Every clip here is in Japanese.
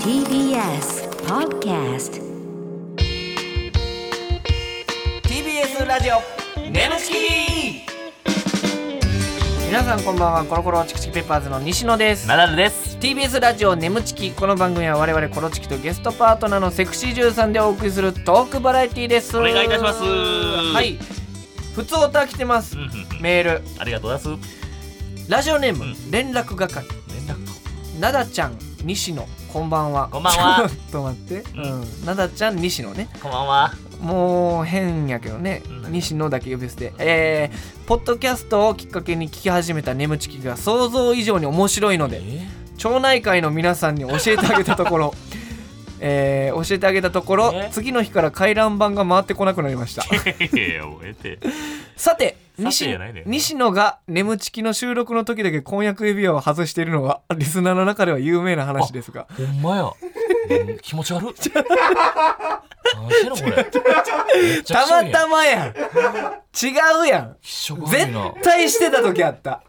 TBS Podcast TBS ラジオネムチキ皆さんこんばんはコロコロチキチキペッパーズの西野ですナダルです。 TBS ラジオネムチキこの番組は我々コロチキとゲストパートナーのセクシー1 3でお送りするトークバラエティーですお願いいたしますはい普通オタ来てますうんうんうんメールありがとうございます。ラジオネーム、うん連絡係連絡と。なだちゃん西野こんばんはこんばん はちょっと待って、ううんんなだちゃん西野ねこんばんは。もう変やけどね、うん西野だけ呼び捨て、えー、ポッドキャストをきっかけに聞き始めた眠ちきが想像以上に面白いので町内会の皆さんに教えてあげたとこ ろえー、教えてあげたところえ次の日から回覧板が回ってこなくなりましたいやいや、もうええて。 さてさて西じゃないのよ西野が眠ちきの収録の時だけ婚約指輪を外しているのはリスナーの中では有名な話ですがほんまや。うん気持ち悪っ。何してんのこれ。たまたま。まやん違うやん一色悪いな絶。対してた時あった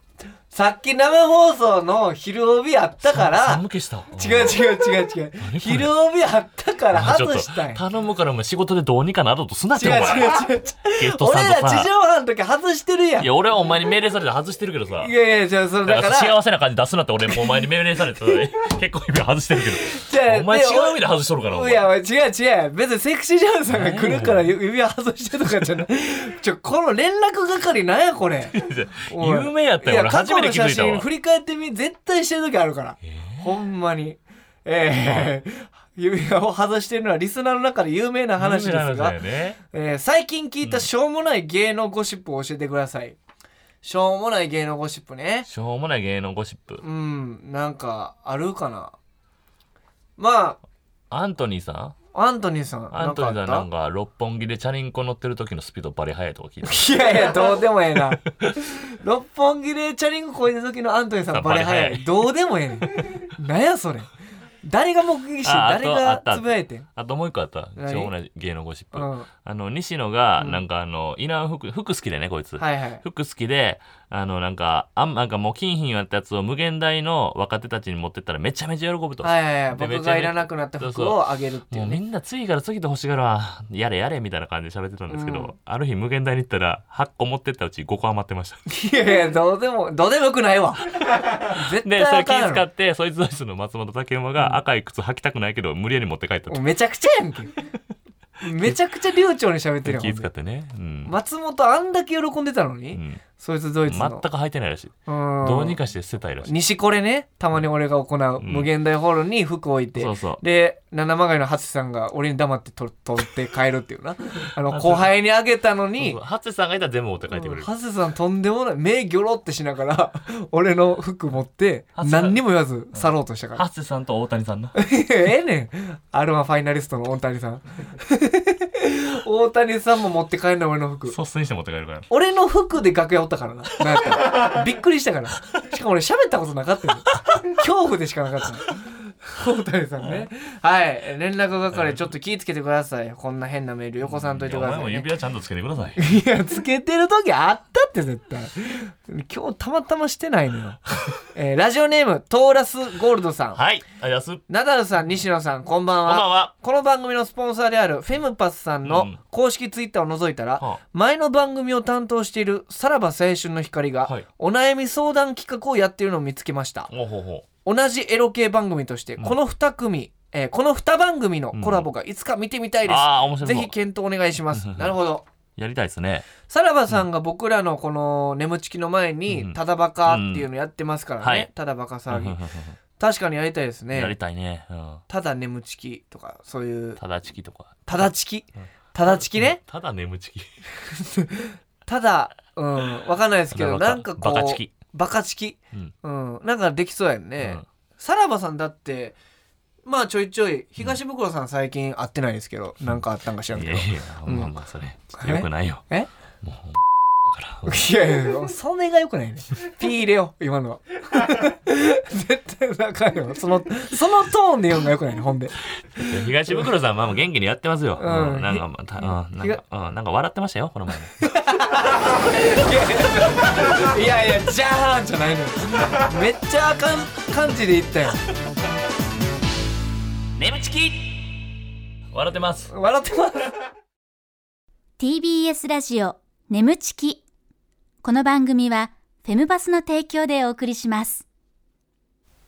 さっき生放送の昼帯あったから寒気した。違う違う違う違うれ昼帯あったからちょっ外としたんや頼むからお前仕事でどうにかなどとすなっ違てうお違う前違う違うゲストさ俺んらとさ地上波の時外してるやんいいやや俺はお前に命令されて外してるけどさいやじゃあそれだだかからら幸せな感じ出すなって俺もお前に命令されてた結構指外してるけ違うどお前違でう意味で外しとるからおい前や違う違う別にセクシージャンさんが来るから指輪外してとかじゃないちょこの連絡係なんやこれおい有名やったよ俺過初去めのて気づ写いた真わ振り返ってみ絶対してる時あるから、ほんまにえー指輪を外してるのはリスナーの中で有名な話です有名な話だがよ、ねえー最近聞いたしょうもない芸能ゴシップを教えてください、しょうもない芸能ゴシップねしょうもない芸能ゴシップうんなんかあるかなまアントニーさあアントニーさんんアントニーさなんなんんかか六本木でチャリンコ乗ってる時のスピードバリ速いとか 聞いあったたいやいやどうでもええな六本木でチャリンコ越えた時のアントニーさんバレ早バいレ早いどうでもええねんなんやそれ誰が目撃してああ誰とあがったつぶやいてんあともう一個あった何しょうもない芸能ゴシップ、うんあの西野がうんなんかあのイラン服服好きでねこいつ、はいはい服好きであのなんかあんなんかもう金品やったやつを無限大の若手たちに持ってったらめちゃめちゃ喜ぶと、はいはいはいで僕がいらなくなった服をあげるっていもううみねんな次から次と欲しがるわやれやれみたいな感じで喋ってたんですけど、うんある日無限大に行ったら8個持ってったうち5個余ってましたいやいやどうでもどうでもよくないわ絶対でそれあ気かんや遣ろってそいつドイツの松本武馬が赤い靴履きたくないけど無理やり持って帰ったってもうめちゃくちゃやんけめちゃくちゃ流暢に喋ってる気やん遣ってね、うん松本あんだけ喜んでたのに、うんそいつドイツ全くの履いてないらしい、うんどうにかして捨てたいらしい、西これねたまに俺が行う、うん無限大ホールに服を置いてそうそうで七曲りの初さんが俺に黙って取取って帰るっていうな あのあそう後輩にあげたのそうにそうハツさんがいたら全部持って帰ってくれる、ハセさんとんでもない目ギョロってしながら 俺の服持ってハセさん何にも言わず去ろうとしたからハツさんと大谷さんな ええねん R−1 ファイナリストの大谷さん 大谷さんも持って帰るの俺の服率先して持って帰るから俺の服で楽屋おったからななんかびっくりしたからしかも俺喋ったことなかったよ恐怖でしかなかったの大谷さんねはい連絡係ちょっと気ぃつけてくださいこんな変なメールよこさんといてくだやお前さもい、ね指輪ちゃんとつけてくださいいや、つけてる時あったって絶対。今日たまたましてないのよ。えーラジオネーム、トーラスゴールドさん。はいありがとうございますこんナダルさん、西野さん、こんばんは。ばんはこの番組のスポンサーであるフェムパスさんうのん公式ツイッターを覗いたら、はあ前の番組を担当しているさらば青春の光が、はいお悩み相談企画をやっているのを見つけました。おほうほ同じエロ系番組として、この2組、えーこの2番組のコラボがいつか見てみたいうです。ああ面白いぜひ検討お願いします。なるほど。やりたいですねさらばさんが僕らのこの眠ちきの前に、うんただバカっていうのやってますからね、うんはいただバカ騒ぎ、確かにやりたいですやりねたいね、うん、ただ眠ちきとかそういうただチキとかただちきただちきねただ眠チキただうんわかんないですけどなただバカんかこうバカチキバカチキうんうん、なんかできそうやんね、うんさらばさんだってまあちょいちょい東袋さん最近会ってないですけど、なんかあったんか知らんいけやどいやまあまあそれちょっとよくないよえもうからいやいや、それが良くないね。ピー入れよう、今のは。絶対仲よ。その、そのトーンで言うのが良くないね、ほんで。東袋さんまあ元気にやってますよ、うんうんなんかまた、うんなんかうんなんか笑ってましたよこの前もいやいや、じゃーんじゃないのよ。めっちゃあかん感じで言ったよ。チキ笑ってま す笑ってます TBS ラジオ眠ちきこの番組はフェムバスの提供でお送りします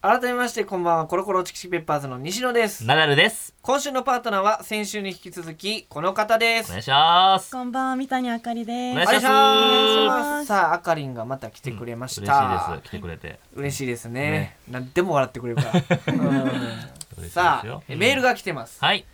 改めましてこんばんはコロコロチキチキペッパーズの西野ですナダルです今週のパートナーは先週に引き続きこの方でおす願いしますこんばんは、三谷あかりです。お願いお願いしまお願いしますすさああかりんがまた来てくれまし嬉しいた、です来てくれて嬉しいですね何でも笑ってくれる から、う嬉しいでんすよさあ、うんメールが来てますはい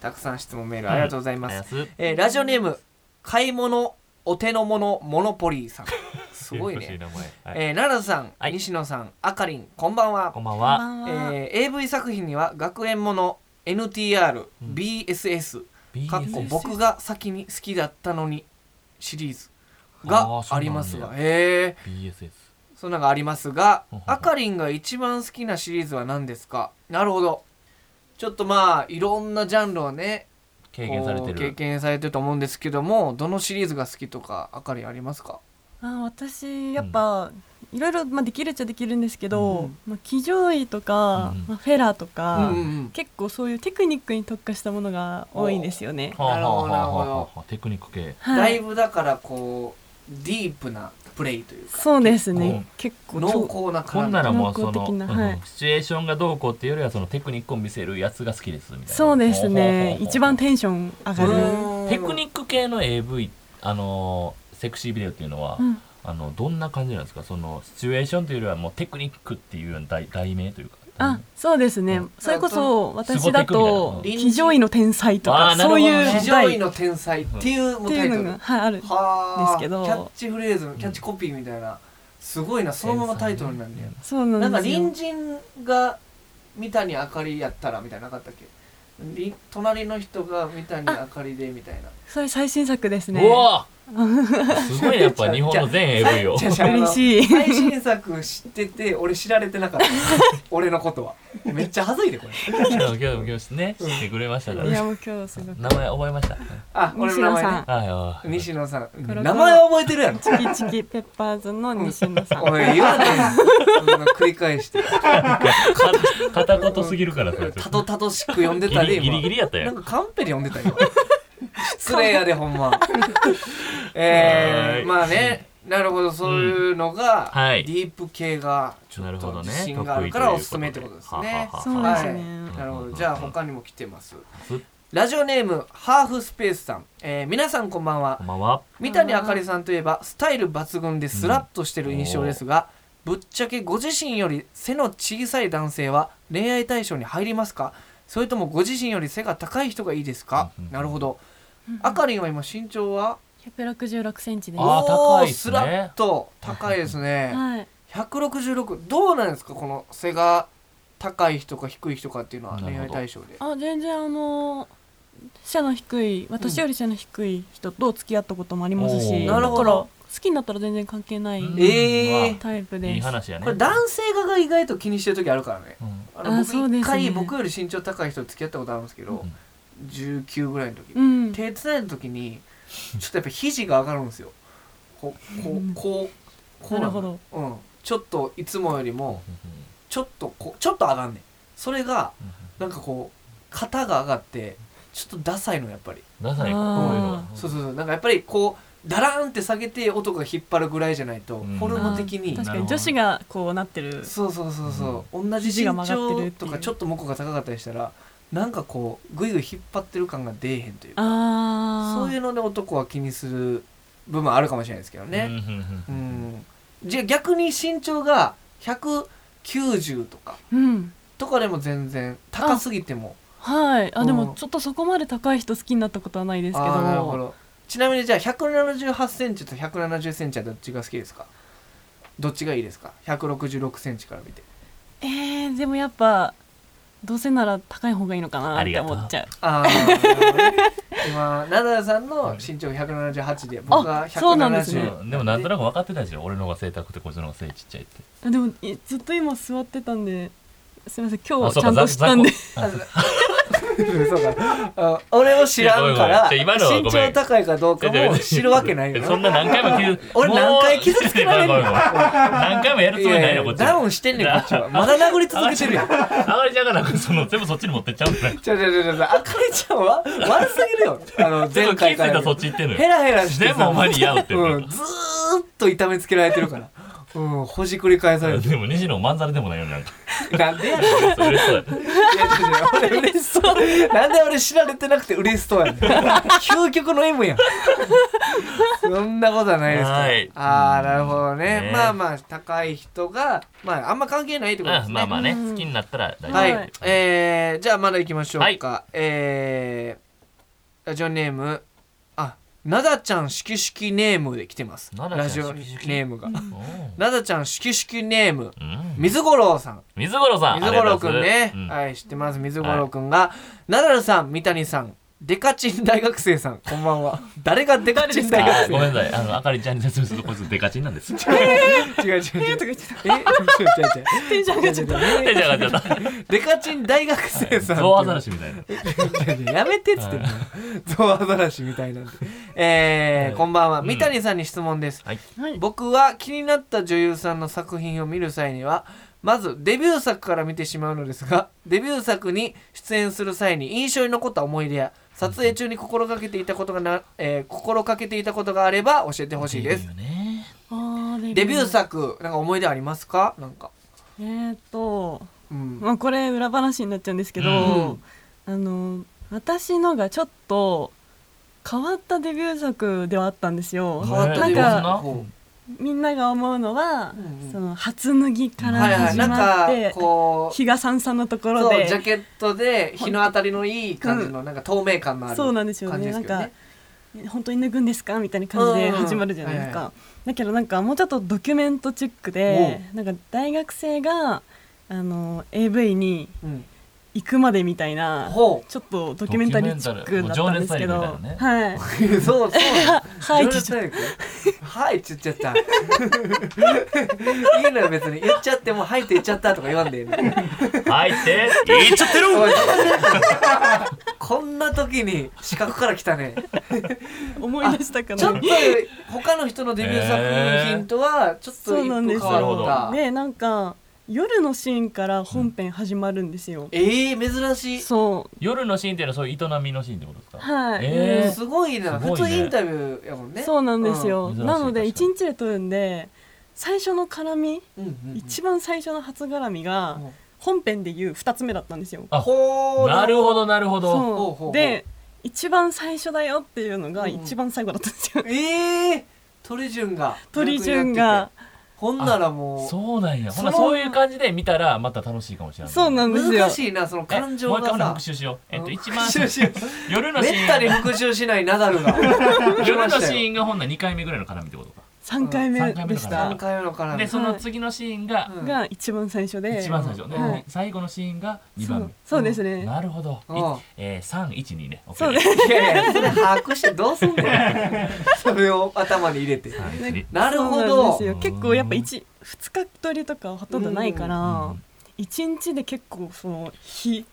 たくさん質問メールありがとうございます、ありがとうございえーラジオネーム買い物お手の物モノポリー さんすごいややねこしい名前はいえー奈良さん、はい西野さんあかりんこんばんはこんばんこんはばんは。えー AV 作品には学園もの NTR、うん BSS かっこ BSS 僕が先に好きだったのにシリーズがあーそうなあんだりますがへえ BSS そんなのがありますがほほほあかりんが一番好きなシリーズは何ですかなるほどちょっとまあいろんなジャンルをね経験されてこう経る験されてると思うんですけどもどのシリーズが好きとかあかりんありますかあ、私、やっぱ、いろいろ、まあ、できるっちゃできるんですけど。うんまあ、騎乗位とか、うんまあ、フェラーとうんか、うんうん結構そういうテクニックに特化したものが多いんですよね。はあはあはあはあなるほどなるはあテクニック系はだいぶだからこうディープなプレイというかそうですうんね。結構。濃厚なこん感じならもうそ濃の、厚的なうんはいシチュエーションがどうこうっていうよりはそのテクニックを見せるやつが好きですみたいなそうですね。ほうほうほうほう一番テンション上がる。うんテクニック系の AV あのセクシービデオっていうのは、うんあのどんな感じなんですかそのシチュエーションというよりはもうテクニックっていうような題題名というかあ、そうですうねん。それこそ、私だスゴと、テクみたいな騎乗位の天才とあーか、なるほどそうねいう非常題にっの天才っていうもうてタイいトうルのが、はい、ある。はあですけどキャッチフレーズキャッチコピーみたいなすごいなそのままタイトルになるんだよそうななんんかですよ。隣人が三谷あかりやったらみたいななかったっけ隣隣の人が三谷あかりでみたいなそれ最新作ですね。うわすごいやっぱ日本の 全 AV をじゃあじゃああの嬉しい。最新作知ってて俺知られてなか った俺のことはめっちゃ恥ずいでこれ今日今日今日ね知ってくれましたから、いやもう今日すごく。名前覚えましたあ俺の名前西野さねんはいはい西野さん黒子名前覚えてるやろチキチキペッパーズの西野さん。おい言 わねえよそんな繰り返してか片言すぎるからそれちたょっとどたどしく呼んでギたで今リギリギリやったなよんかカンペで読んでたよ 失礼やでほんまえはーー、いまあねなるほどそういうのが、うんはいディープ系がちょなるっほとどね自信があ得る意からおすすめってことですねはあはあそうはであすね。はいなるほどうんじゃあ他にも来てますラジオネームハーフスペースさん、えー、皆さんこんばんはこんばんは三谷あかりさんといえばスタイル抜群でスラッとしてる印象ですが、ぶっちゃけご自身より背の小さい男性は恋愛対象に入りますかそれともご自身より背が高い人がいいですか、うんうんなるほどあかりんは今身長は百六十六センチです。あーおー高いっすスねラッと高いですねはい。 166どうなんですかこの背が高い人か低い人かっていうのはな恋るほ愛ど対象であ全然あの背の低い私より背の低い人と付き合ったこともありますおし、ーだなかるらほど好きになったら全然関係ないうんえーうわタイプです。いい話やねこれ男性側が意外と気にしてる時あるからねうんあのあそう僕ですね一回僕より身長高い人と付き合ったことあるんですけど、19ぐらいの時、うん。手伝いの時にちょっとやっぱ肘が上がるんですよこうこうこうこうなるのほど。うんちょっといつもよりもうちょっとこうちょっと上がんねんそれがんうんなんかこう肩が上がってちょっとダサいのやっぱり、ダサいかあこういうのーんそうそうそうなんかやっぱりこうダラーンって下げて男が引っ張るぐらいじゃないと、うんフォル子供ム的にあー確なかるほにど女子がこうなってる。そうそうそうそう、同じ肘身が曲がってるって長いうとかちょっと向こうが高かったりしたらなんかこうぐいぐい引っ張ってる感が出えへんというかああ。そういうので男は気にする部分あるかもしれないですけどね、ううんんうんうんじゃあ逆に身長が190とかうん。とかでも全然高すぎてもはい。あでうんもちょっとそこまで高い人好きになったことはないですけど。あーなるほどちなみにじゃあ178センチと170センチはどっちが好きですかどっちがいいですか166センチから見てえー、でもやっぱどうせなら高い方がいいのかなあっりてがとう思っちゃうあ あ今ナダルさんの身長が178で僕があそうなんですね170でもなんとなく分かってたでしょ俺の方が背高くてこっちの方が背ちっちゃいってあでもいずっと今座ってたんですみませんあ今日そうちかゃんとしたんで雑魚あ そうかあ俺を知らんからいやごめんごめんじゃあ今のは身ごめん長高いかどうかも知るわけないよなそんな何回も傷俺もう何回傷つけられんのごめんごめん何回もやるつもりないのこっちダウンしてんねんこっちはまだ殴り続けてるやんあがりちゃんがなんかその全部そっちに持ってっちゃうんだよちょちょちょちょあかりちゃんは悪すぎるよあの全前部気づ回いかたららそっち行ってんのヘよラヘラしてでもお前に合うってんのようん、ずーっと痛めつけられてるからうんほじくり返さ れてでも西野まんざらでもないよねなんかるなんでやねんそれそういや違う違 う俺嬉しそうなんで俺知られてなくて嬉し そうやねん究極の M やんそんなことはないですから、はいああなるほどねねまあまあ高い人がまああんま関係ないってことであすねまあまあねうん好きになったら大丈夫はい、はいえー、じゃあまだ行きましょうか、えー、ラジオネームあなだちゃんしきしきネームで来てますなだちゃラんしジオきしきネームがおうなだちゃんしきしきネームうん水五郎さん水五郎さん水五郎くんありがねとうございますうんはい知ってます水五郎くんが、ナダルさん三谷さんデカチン大学生さんこんばんは誰がデカチン大あ学ごめんなさいあのあかりちゃんに説明するとこいつデカチンなん です生違う違う違うとか言ってたえ違う違テンション上がっちゃう違う違う違っう手じゃ上がっちゃっデカチン大学生さんたってゾウアザラシみたいないうやめてっつってんのよゾウアザラシみたいなんでえはーいこんばんはうん三谷さんに質問ですはいたはい僕は気になった女優さんの作品を見る際にはまずデビュー作から見てしまうのですがデビュー作に出演する際に印象に残った思い出や撮影中に心がけていたことがな、えー心がけていたことがあれば教えてほしいですよね あーデビュー作なんか思い出ありますかなんかえーっとうんまあこれ裏話になっちゃうんですけうど、んあの私のがちょっと変わったデビュー作ではあったんですよ変わったなんデビュー作かこみんなが思うのは、うんうんその初脱ぎかうらはいはい始なんまっかて、こう日がさんさんのところそうでジャケットで日の当たりのいい感じのなんか透明感のあるそう感なじんでけどねですすよねなんか本当に脱ぐんですかみたいな感じで始まるじゃないですうんうんか、だけどなんかもうちょっとドキュメントチックでなんか大学生があの AV にうん行くまでみたいなほうちょっとドキュメンタリーチックだったんですけど、ドキュメンタリーもう情熱大陸みたはいそう そう。はい情熱大陸はいって言っちゃった。 言うのは別に言っちゃってもはいって言っちゃったとか言わんでええねん。入って言っちゃってるおいこんな時に視覚から来たね。思い出したかちょっなと他の人のデビュー作品とはちょっとそう一なん歩で変すわよった。でなんか夜のシーンから本編始まるんですよ、ええ珍しい。そう夜のシーンっていうのはそういう営みのシーンってことですかはいえーすごいな。すご普いね通インタビューやもんね。そうなんですよ、うん珍しいなので確一かに日で撮るんで最初の絡み、うん。うんうんうん一番最初の初絡みが本編で言う2つ目だったんですよ。あほーなるほどなるほどほうほうほそううで一番最初だよっていうのがうん一番最後だったんで すよ。ええ鳥順が。鳥順が。ほんならもう。そうなんやほなそのそういう感じで見たらまた楽しいかもしれないそうなんですよ難。しいなそのえ感情もう一回ほなが復さ習しようえっとうん一番復習しよう夜のシめったにーン復習しないナダ ルが夜のシーンがほんな2回目ぐらいの絡みってことか3回目三回目でだしかた3回目のからでその次のシーンがうんが一番最初で一番最初はでい最後のシーンが2そ番うそうですね目。なるほどいうんえー312ねそうですすいやいやそれ把握してどうすんねんそれを頭に入れてねなるほそうなんどですよ結構やっぱ1 2日撮りとかほとんどないから1日で結構その日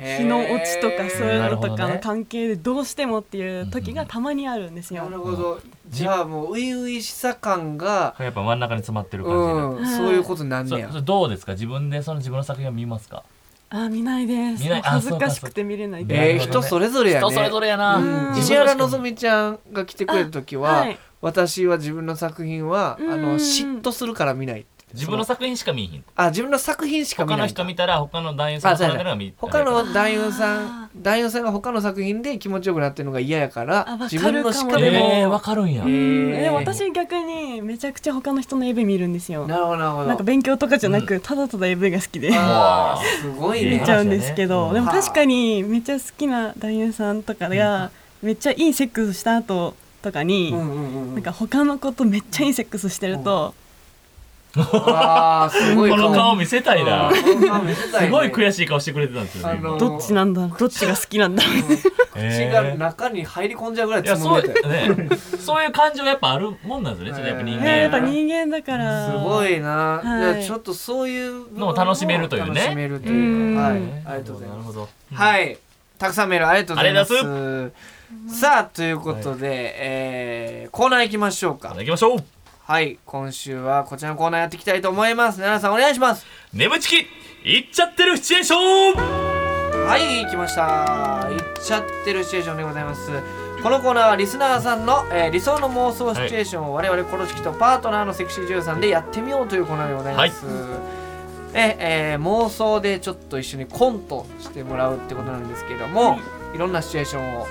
へー日の落ちとかそういうのとなるほどかねの関係でどうしてもっていう時がたまにあるんですなよ。るほどじゃあもう初々しさ感がやっぱ真ん中に詰まってる感じになるうんそういうことなんそねうやそれどうですか自分でその自分の作品を見ますかあ見ないです見ないあ恥ずかしくて見れないそうでかそうえーす、なるほど人ねそれぞれやね人それぞれやうんな石原のぞみちゃんが来てくれた時ははい私は自分の作品はあうんの嫉妬するから見ないって自分の作品しか見えへんあ自分の作品しか見な他いの人見たら他の男優さんのあそうや作品が見え他あれやの男優さんあ男優さんが他の作品で気持ちよくなってるのが嫌やからあわかる自分のしかからでも、えーわかるんやへーえー私逆にめちゃくちゃ他の人の AV 見るんですよなるほどなるほどなんか勉強とかじゃなく、ただただ AV が好きで ああーすごいいねい見ちゃうんですけど、うんでも確かにめっちゃ好きな男優さんとかが、めっちゃいいセックスした後とかに、うんうんうんうんなんか他の子とめっちゃいいセックスしてると、あーすごいこの顔見せたいなうんこの顔見せたすねごい悔しい顔してくれてたんですよねあの今うんどっちなんだどっちが好きなんだ口が中に入り込んじゃうぐらいいやつそむうれてるねそういう感情やっぱあるもんなんですよねちょっとやっぱ人間ね やっぱや人間だからすごいな、はいじゃあちょっとそういう部分ものを楽しめるというね楽しめるといううんはいねありがとうございなるまほすどはいたくさんメールありがとうございますありがとさあということで、えーコーナー行きましょうか行きましょうはい今週はこちらのコーナーやっていきたいと思います奈良さんお願いします眠ちき行っちゃってるシチュエーションはい来ました行っちゃってるシチュエーションでございますこのコーナーはリスナーさんの、えー理想の妄想シチュエーションを我々コロチキとパートナーのセクシー女優さんでやってみようというコーナーでございます、ええー妄想でちょっと一緒にコントしてもらうってことなんですけども、いろんなシチュエーションを、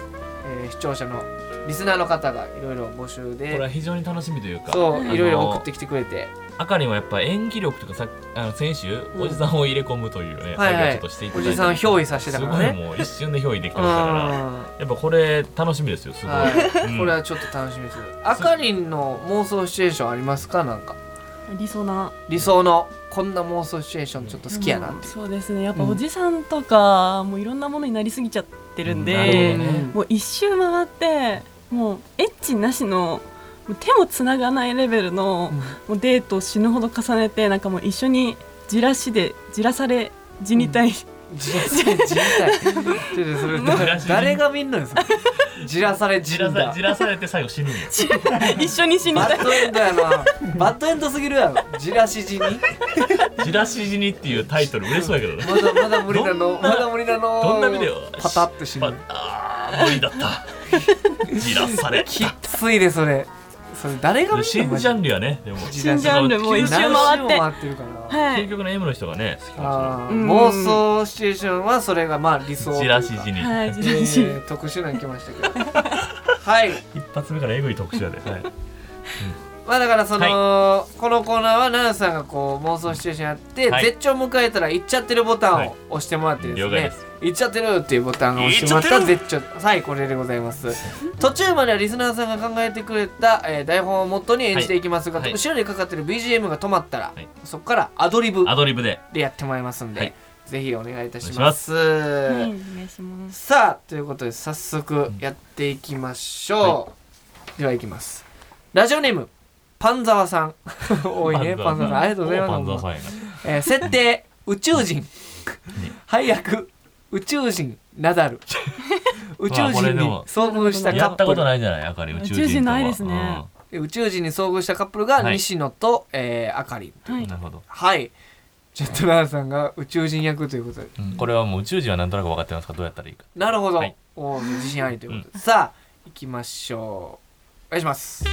えー視聴者のリスナーの方がいろいろ募集これはで非常に楽しみというかそういろいろ送っててきてくれてあかりんはやっぱ演技力とかさあの先週んおじさんを入れ込むというね、はいはい作業をちょっとしていおただいてじさん憑依させてたからすねごいもう一瞬で憑依できうてんましたからやっぱこれ楽しみですよすごい、はうんい、これはちょっと楽しみです。あかりんの妄想シチュエーションありますかなんか理想な理想のこんな妄想シチュエーションちょっと好きやなって。そうですねやっぱうんおじさんとか、もういろんなものになりすぎちゃってるんなるほでど、ねもう一周回ってもうエッチなしのもう手もつながないレベルの、もうデートを死ぬほど重ねてなんかもう一緒にじらしでじらされ死 にたい、じらされじりたい。ちょっとそれだ誰が見んのよそれ。じらされじじりらさだじ。らされて最後死ぬんよ一緒に死にバたいッドエンドやな。バッドエンドすぎるやろ。じらしじに。まじらし死にっていうタイトル嬉しそうやけ どねだまだ無理なの。どんなまだ無理なの。どんなビデオパタって死ぬ。あー無理だったじら されきっついでそれ。それ誰が見んの新ジャンルやねでもジ新ジャンルもう一周回って回ってるから。は究い、極の M の人がね好きかもしれないあーうん妄想シチュエーションはそれがまあ理想というかじらし死に、はい、えじらし、ー、特殊なん来ましたけどはい一発目からえぐい特 集やで、はい、まあだからその、このコーナーは奈々さんがこう妄想シチュエーションやって、はい絶頂を迎えたら「行っちゃってる」ボタンを押してもらってです了ね、解です行っちゃってるっていうボタンを押してもらったら絶頂はいこれでございます途中まではリスナーさんが考えてくれた、えー台本をもとに演じていきますが、はい後ろにかかってる BGM が止まったら、はいそこからアドリブアドリブででやってもらいますんで、はいぜひお願いいたしお願まいしす。はい、お願いしますさあということで早速やっていきましょう、ではいきますラジオネームパンザワ さん多いねパンザワさんありがとうございパンまザーすさんやなえー設定宇宙人配役宇宙人ナ ダル宇宙これ人でにも遭遇したやカったこップとルないじゃないあかり宇宙人宇宙人とはないですねえ宇宙人に遭遇したカップルがはい西野と、えーあかりうはんいなるほど、はいジェットナダルさんが宇宙人役ということでうんこれはもう宇宙人はなんとなく分かってますからどうやったらいいかなるほど、はいおー自信ありということで、さあ行きましょうお願いします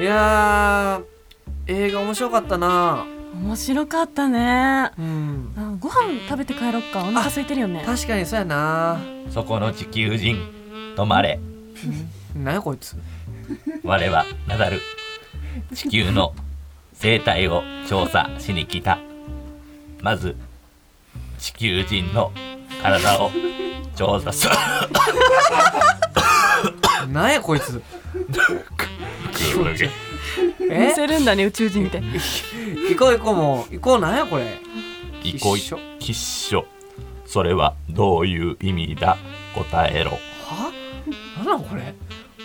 いやー映画面白かったな面白かったねうんあご飯食べて帰ろっかお腹空いてるよね確かにそうやなそこの地球人止まれなんやこいつ我はナダル地球の生態を調査しに来たまず地球人の体を調査 するなんやこいつえ 見せるんだね宇宙人って行こう行こうもう行こうなんやこれ行こい一緒きっしょそれはどういう意味だ答えろ、はなんなんこれ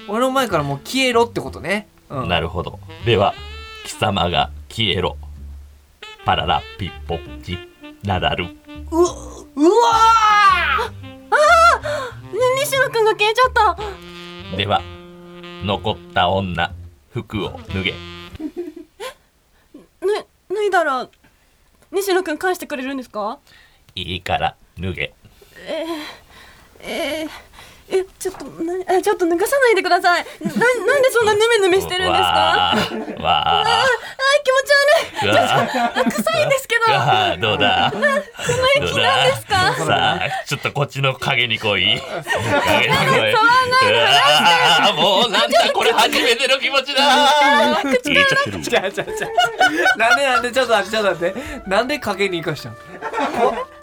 俺の前からもう消えろってことねうんなるほどでは貴様が消えろパララピッポッチナダルううわね西野くんが消えちゃったでは残った女服を脱げね脱いだら西野くん返してくれるんですかいいから脱げえー、えちょっとなえちょっと脱がさないでくださいななんでそんなヌメヌメしてるんでわすかあーわーー気 持うちわ悪い臭いんですけどああどう だどうだですかさあちょっとこっちの影に来い影に来いああもうなんだこれ初めての気持ちだ入れちゃってるちゃうちゃうちゃうなんでなんでちょっと待ってちょっと待ってなんで賭けに行かしたの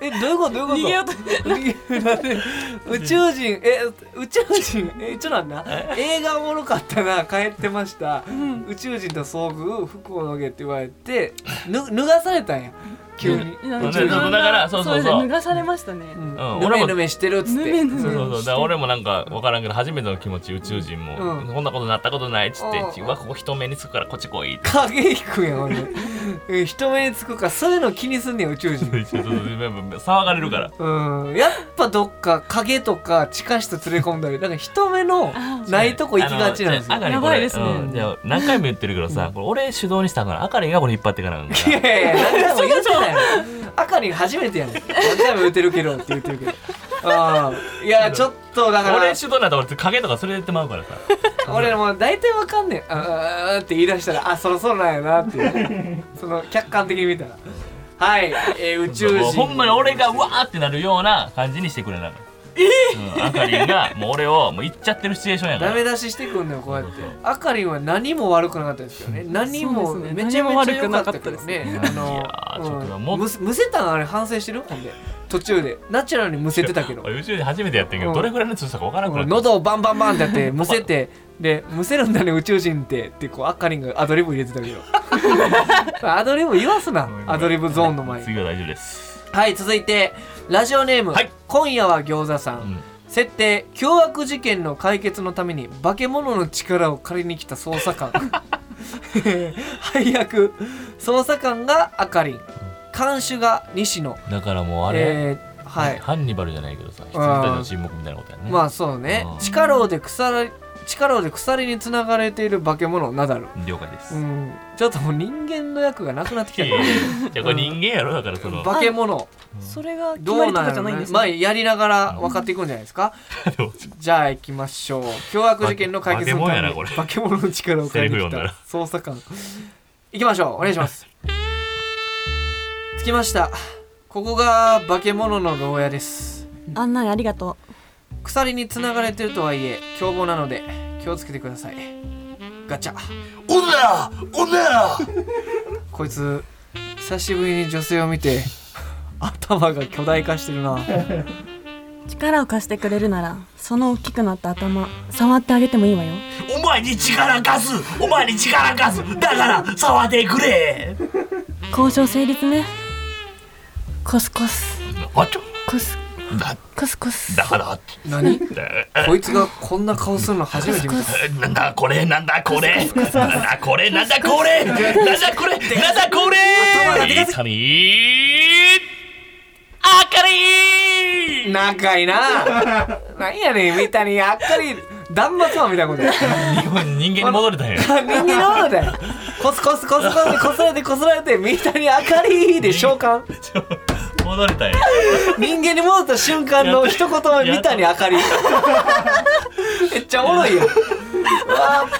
えどういうことどういうこと逃げようと なんで宇宙人え宇宙人えちょっと待ってな映画おもろかったな帰ってました、宇宙人と遭遇服を脱げって言われてぬ脱がされたんや急に。なそう自分がそうだからそうそうそうですね脱がされましたね、うんうんぬ俺めもぬめしてるっつって。ぬめぬめそうそうそうだから俺も。もなんか分からんけど初めての気持ち宇宙人も、うんこんなことなったことないっつってうん「うわここ人目につくからこっち来い」って 影引くやん、俺。え人目につくか、そういうの気にすんねん、宇宙人。ちょっと騒がれるからうん、やっぱどっか影とか地下室連れ込んだりなんか人目のあーないとこ行きがちなんですよあのじゃああかりやばいですねこれうんじゃあ何回も言ってるけどさこれ俺主導にしたからあかりがこれ引っ張っていかないのいかやらいやいや何回も言うてないのあかり初めてやねん何回も言うてるけどって言ってるけどあいやちょっとだから俺主導になったら俺影とか連れてってまうからさ俺もう大体わかんねん「あーあー」って言い出したら「あそろそろなんやな」っていうその客観的に見たらはい、えー宇宙も人うほんまに俺がうわーってなるような感じにしてくれなえうん、あかりんがもう俺をもう行っちゃってるシチュエーションやかダらメ出ししてくんのよこうやってそうそうそうあかりんは何も悪くなかったですよね何もそうですねめちゃめちゃ良かったけどねあ何も悪くなかったですねいやーちょのっとうんもっとむせむせたんあれ反省してるほんで途中でナチュラルにむせてたけど俺宇宙人初めてやってんけうんどどれぐらいの強さか分からんくなって喉をバンバンバンってやってむせてでむせるんだね宇宙人ってってこうあかりんがアドリブ入れてた けどアドリブ言わすなアドリブゾーンの前に次は大丈夫です、はい続いてラジオネーム、はい今夜は餃子さん、うん設定凶悪事件の解決のために化け物の力を借りに来た捜査官 配役捜査官があかりん看守が西野だからもうあれ、えーはいハンニバルじゃないけどさ羊たちの沈黙みたいなことやね、まあそうねうん力で鎖力で鎖につながれている化け物ナダル了解です、うんちょっともう人間の役がなくなってきたいやいやいやじゃあこれ人間やろだからその化け物それが決どまうりとなんかやじゃないんろでねすねまあやりながら分かっていくんじゃないですかでもじゃあ行きましょう凶悪事件の解決のために化け物やなこれ化け物の力を借りてきたセリフ読んだら捜査官行きましょうお願いします着きましたここが化け物の牢屋です案内ありがと鎖に繋がれてるとはいえ凶暴なので気をつけてくださいガチャ女だ女だこいつ久しぶりに女性を見て頭が巨大化してるなう力を貸してくれるならその大きくなった頭触ってあげてもいいわよお前に力貸すお前に力貸すだから触ってくれ交渉成立ねコスコスあちょコスだコスコスだから何だこいつがこんな顔するの初めて見たなんだこれなんだこれなんだこれなんだこれなんだこれなんだこれいいかにあかり仲いいな なんやねん三谷やっかり断末魔みたいなことや日本人間に戻れたんや人間のものだよコスコスコスコスこすられてこすられて三谷あかりで召喚戻れたんや人間に戻った瞬間の一言目三谷あ かりめっちゃおもろいやんわあパー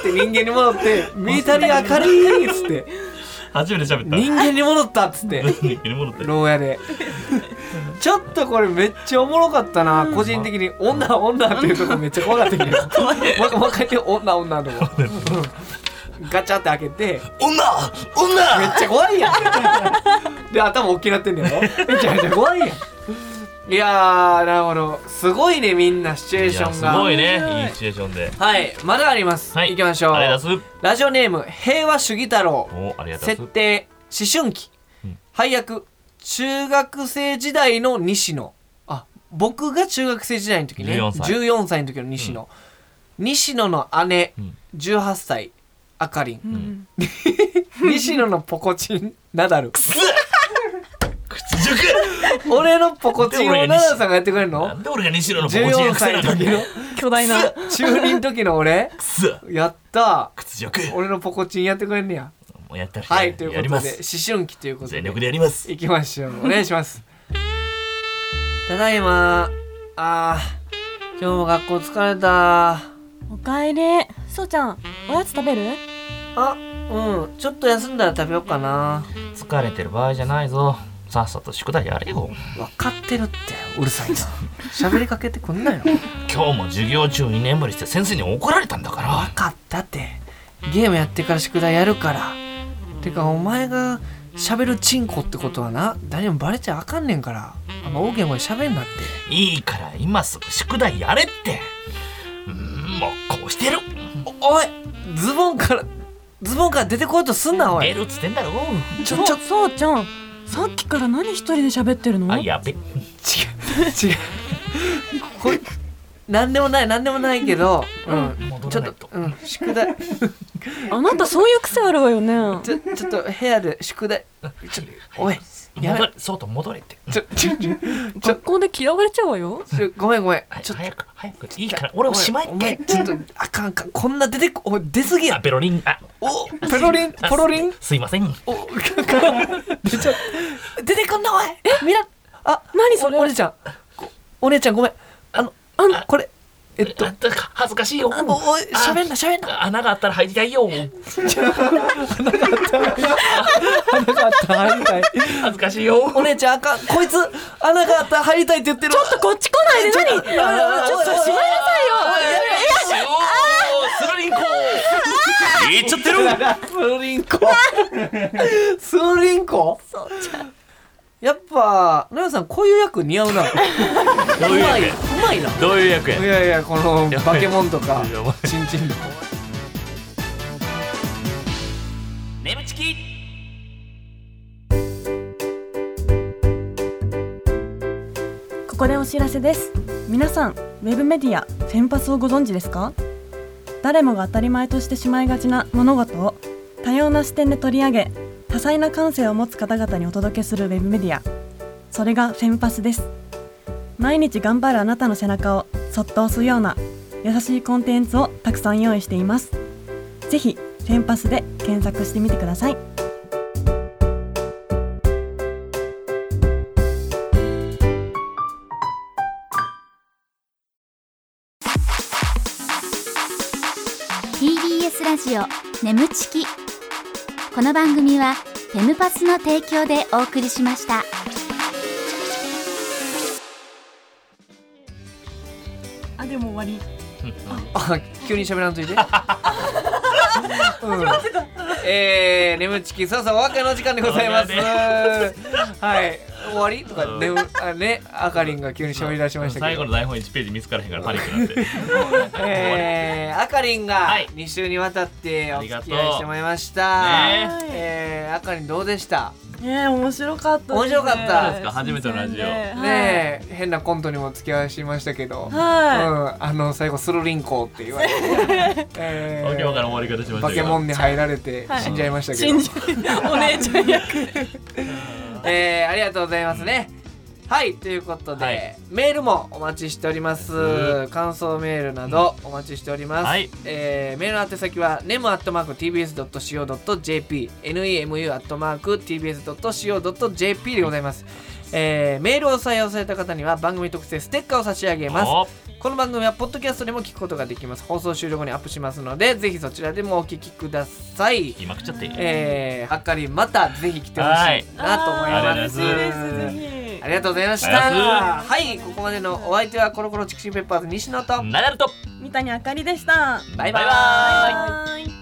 って人間に戻って三谷あかりっつって初めて喋った人間に戻ったっつって人間に戻った牢屋で ちょっとこれめっちゃおもろかったな、個人的に「女女」っていうとこめっちゃ怖かったけど もう一回もう一回言って「女女」とかガチャって開けて女めっ女ちゃ怖いやんで頭大きくなってんだよめちゃめちゃ怖いやんいやーなるほどすごいねみんなシチュエーいションやがすごいねいいシチュエーションではいまだあります、、はいきましょうありがとうございますラジオネーム平和主義太郎おありがとうござ設いま定思春期、うん配役中学生時代の西野あ僕が中学生時代の時ね14歳14歳の時の西野、西野の姉、うん18歳あかりんうん西野のポコチンナダルす屈辱俺のポコチンをで俺ナが西ダルさんがやってくれるなのんで俺が西野のポコチン14くせ歳のなんだ時の巨大な中二の時の俺くそやった屈辱俺のポコチンやってくれんねやもうやったらはいというやこりとまです思春期ということで全力でやります行きましょうお願いします ただいまあー今日も学校疲れたおかえりそうちゃんおやつ食べるあうんちょっと休んだら食べようかな疲れてる場合じゃないぞさっさと宿題やれよ分かってるってうるさ いな喋りかけてくんなよ今日も授業中2年ぶりして先生に怒られたんだから分かったってゲームやってから宿題やるからてかお前が喋るチンコってことはな誰にもバレちゃあかんねんからあんま大きな声喋んなっていいから今すぐ宿題やれってうーんもうこうしてるおおいズボンからズボンから出てこようとすんなお出いるっつってんだろちょちょそうちゃんさっきから何一人で喋ってるのあやべ違う違うこれ何でもない何でもないけど、うん戻ちょっらないとと、うん、宿題あなたそういう癖あるわよねちょちょっと部屋で宿題ちょおいや戻めれ外戻れってちょちょちょちょ学校で嫌われちゃうわよちょごめんごめんはいちょっと早く早くいいから俺をしまえおっ前てちょっとあかんあかんこんな出てこおい出すぎあやベロリンあおペロリンあポロリンすすいませんお出ちゃう出てこんなおいえみんなあ何それおお姉ちゃんこお姉ちゃんごめんあのあのこれえっとあだから恥ずかしいよあおおい喋んな喋んなあ穴があったら入りたいよ穴があったら入りたい恥ずかしいよお姉ちゃんあかんこいつ穴があったら入りたいって言ってるちょっとこっち来ないで何ちょっとしまいなおースルリンコ言っちゃってるスリン コスリンコやっぱ奈良さんこう いう役似合うなうどういうまい役うまいなどういう役やいやいやこの バケモンとかいやばいチンチンとか眠ちきここでお知らせです皆さんウェブメディアフェンパスをご存知ですか誰もが当たり前としてしまいがちな物事を多様な視点で取り上げ多彩な感性を持つ方々にお届けするウェブメディアそれがフェンパスです毎日頑張るあなたの背中をそっと押すような優しいコンテンツをたくさん用意していますぜひフェンパスで検索してみてください TBS ラジオ眠ちきこの番組はフェムパスの提供でお送りしましたあでも終わりあ急に喋らん といてうんえー、眠ちきそうそうお別れの時間でございます そうだはい終わりとか眠あねあかりんが急に喋り出しましたけ最ど後の台本1ページ見つからへんからパニック になってえー、あかりんがはい2週にわたってお付ありき合がというしてもらいました、ねえー、あかりんどうでしたねえ面白かったですね面白かったどうですか初めてのラジオ新鮮でねえ変なコントにも付き合いしましたけど、はうん、あの最後スルリンコって言われて、えわけわからん終わり方しまし バたけケどモンに入られてはい死んじゃいましたけど、信じお姉ちゃん役えー、ありがとうございますね。はいということで、はいメールもお待ちしております、う感想メールなどお待ちしております、はいえーメールの宛先は nemu.tbs.co.jp nemu.tbs.co.jp でございます、えーメールを採用された方には番組特製ステッカーを差し上げますおこの番組はポッドキャストでも聞くことができます放送終了後にアップしますのでぜひそちらでもお聞きください今食っちゃってえー、はっかりんまたぜひ来てほしいなと思いあーま嬉しす。いですぜありがとうございました。ありがはい、ここまでのお相手はコロコロチキチキペッパーズ西野と。ナダルとひ三谷あかりでしたバイバイバイバイバイバイ